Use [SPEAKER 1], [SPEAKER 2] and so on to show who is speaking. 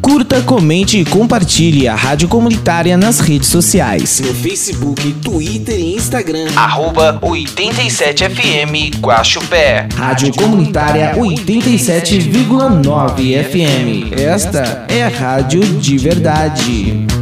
[SPEAKER 1] Curta, comente e compartilhe a Rádio Comunitária nas redes sociais.
[SPEAKER 2] No Facebook, Twitter e Instagram.
[SPEAKER 3] Arroba 87FM Guaxupé.
[SPEAKER 1] Rádio Comunitária 87,9 FM. Esta é a rádio de verdade.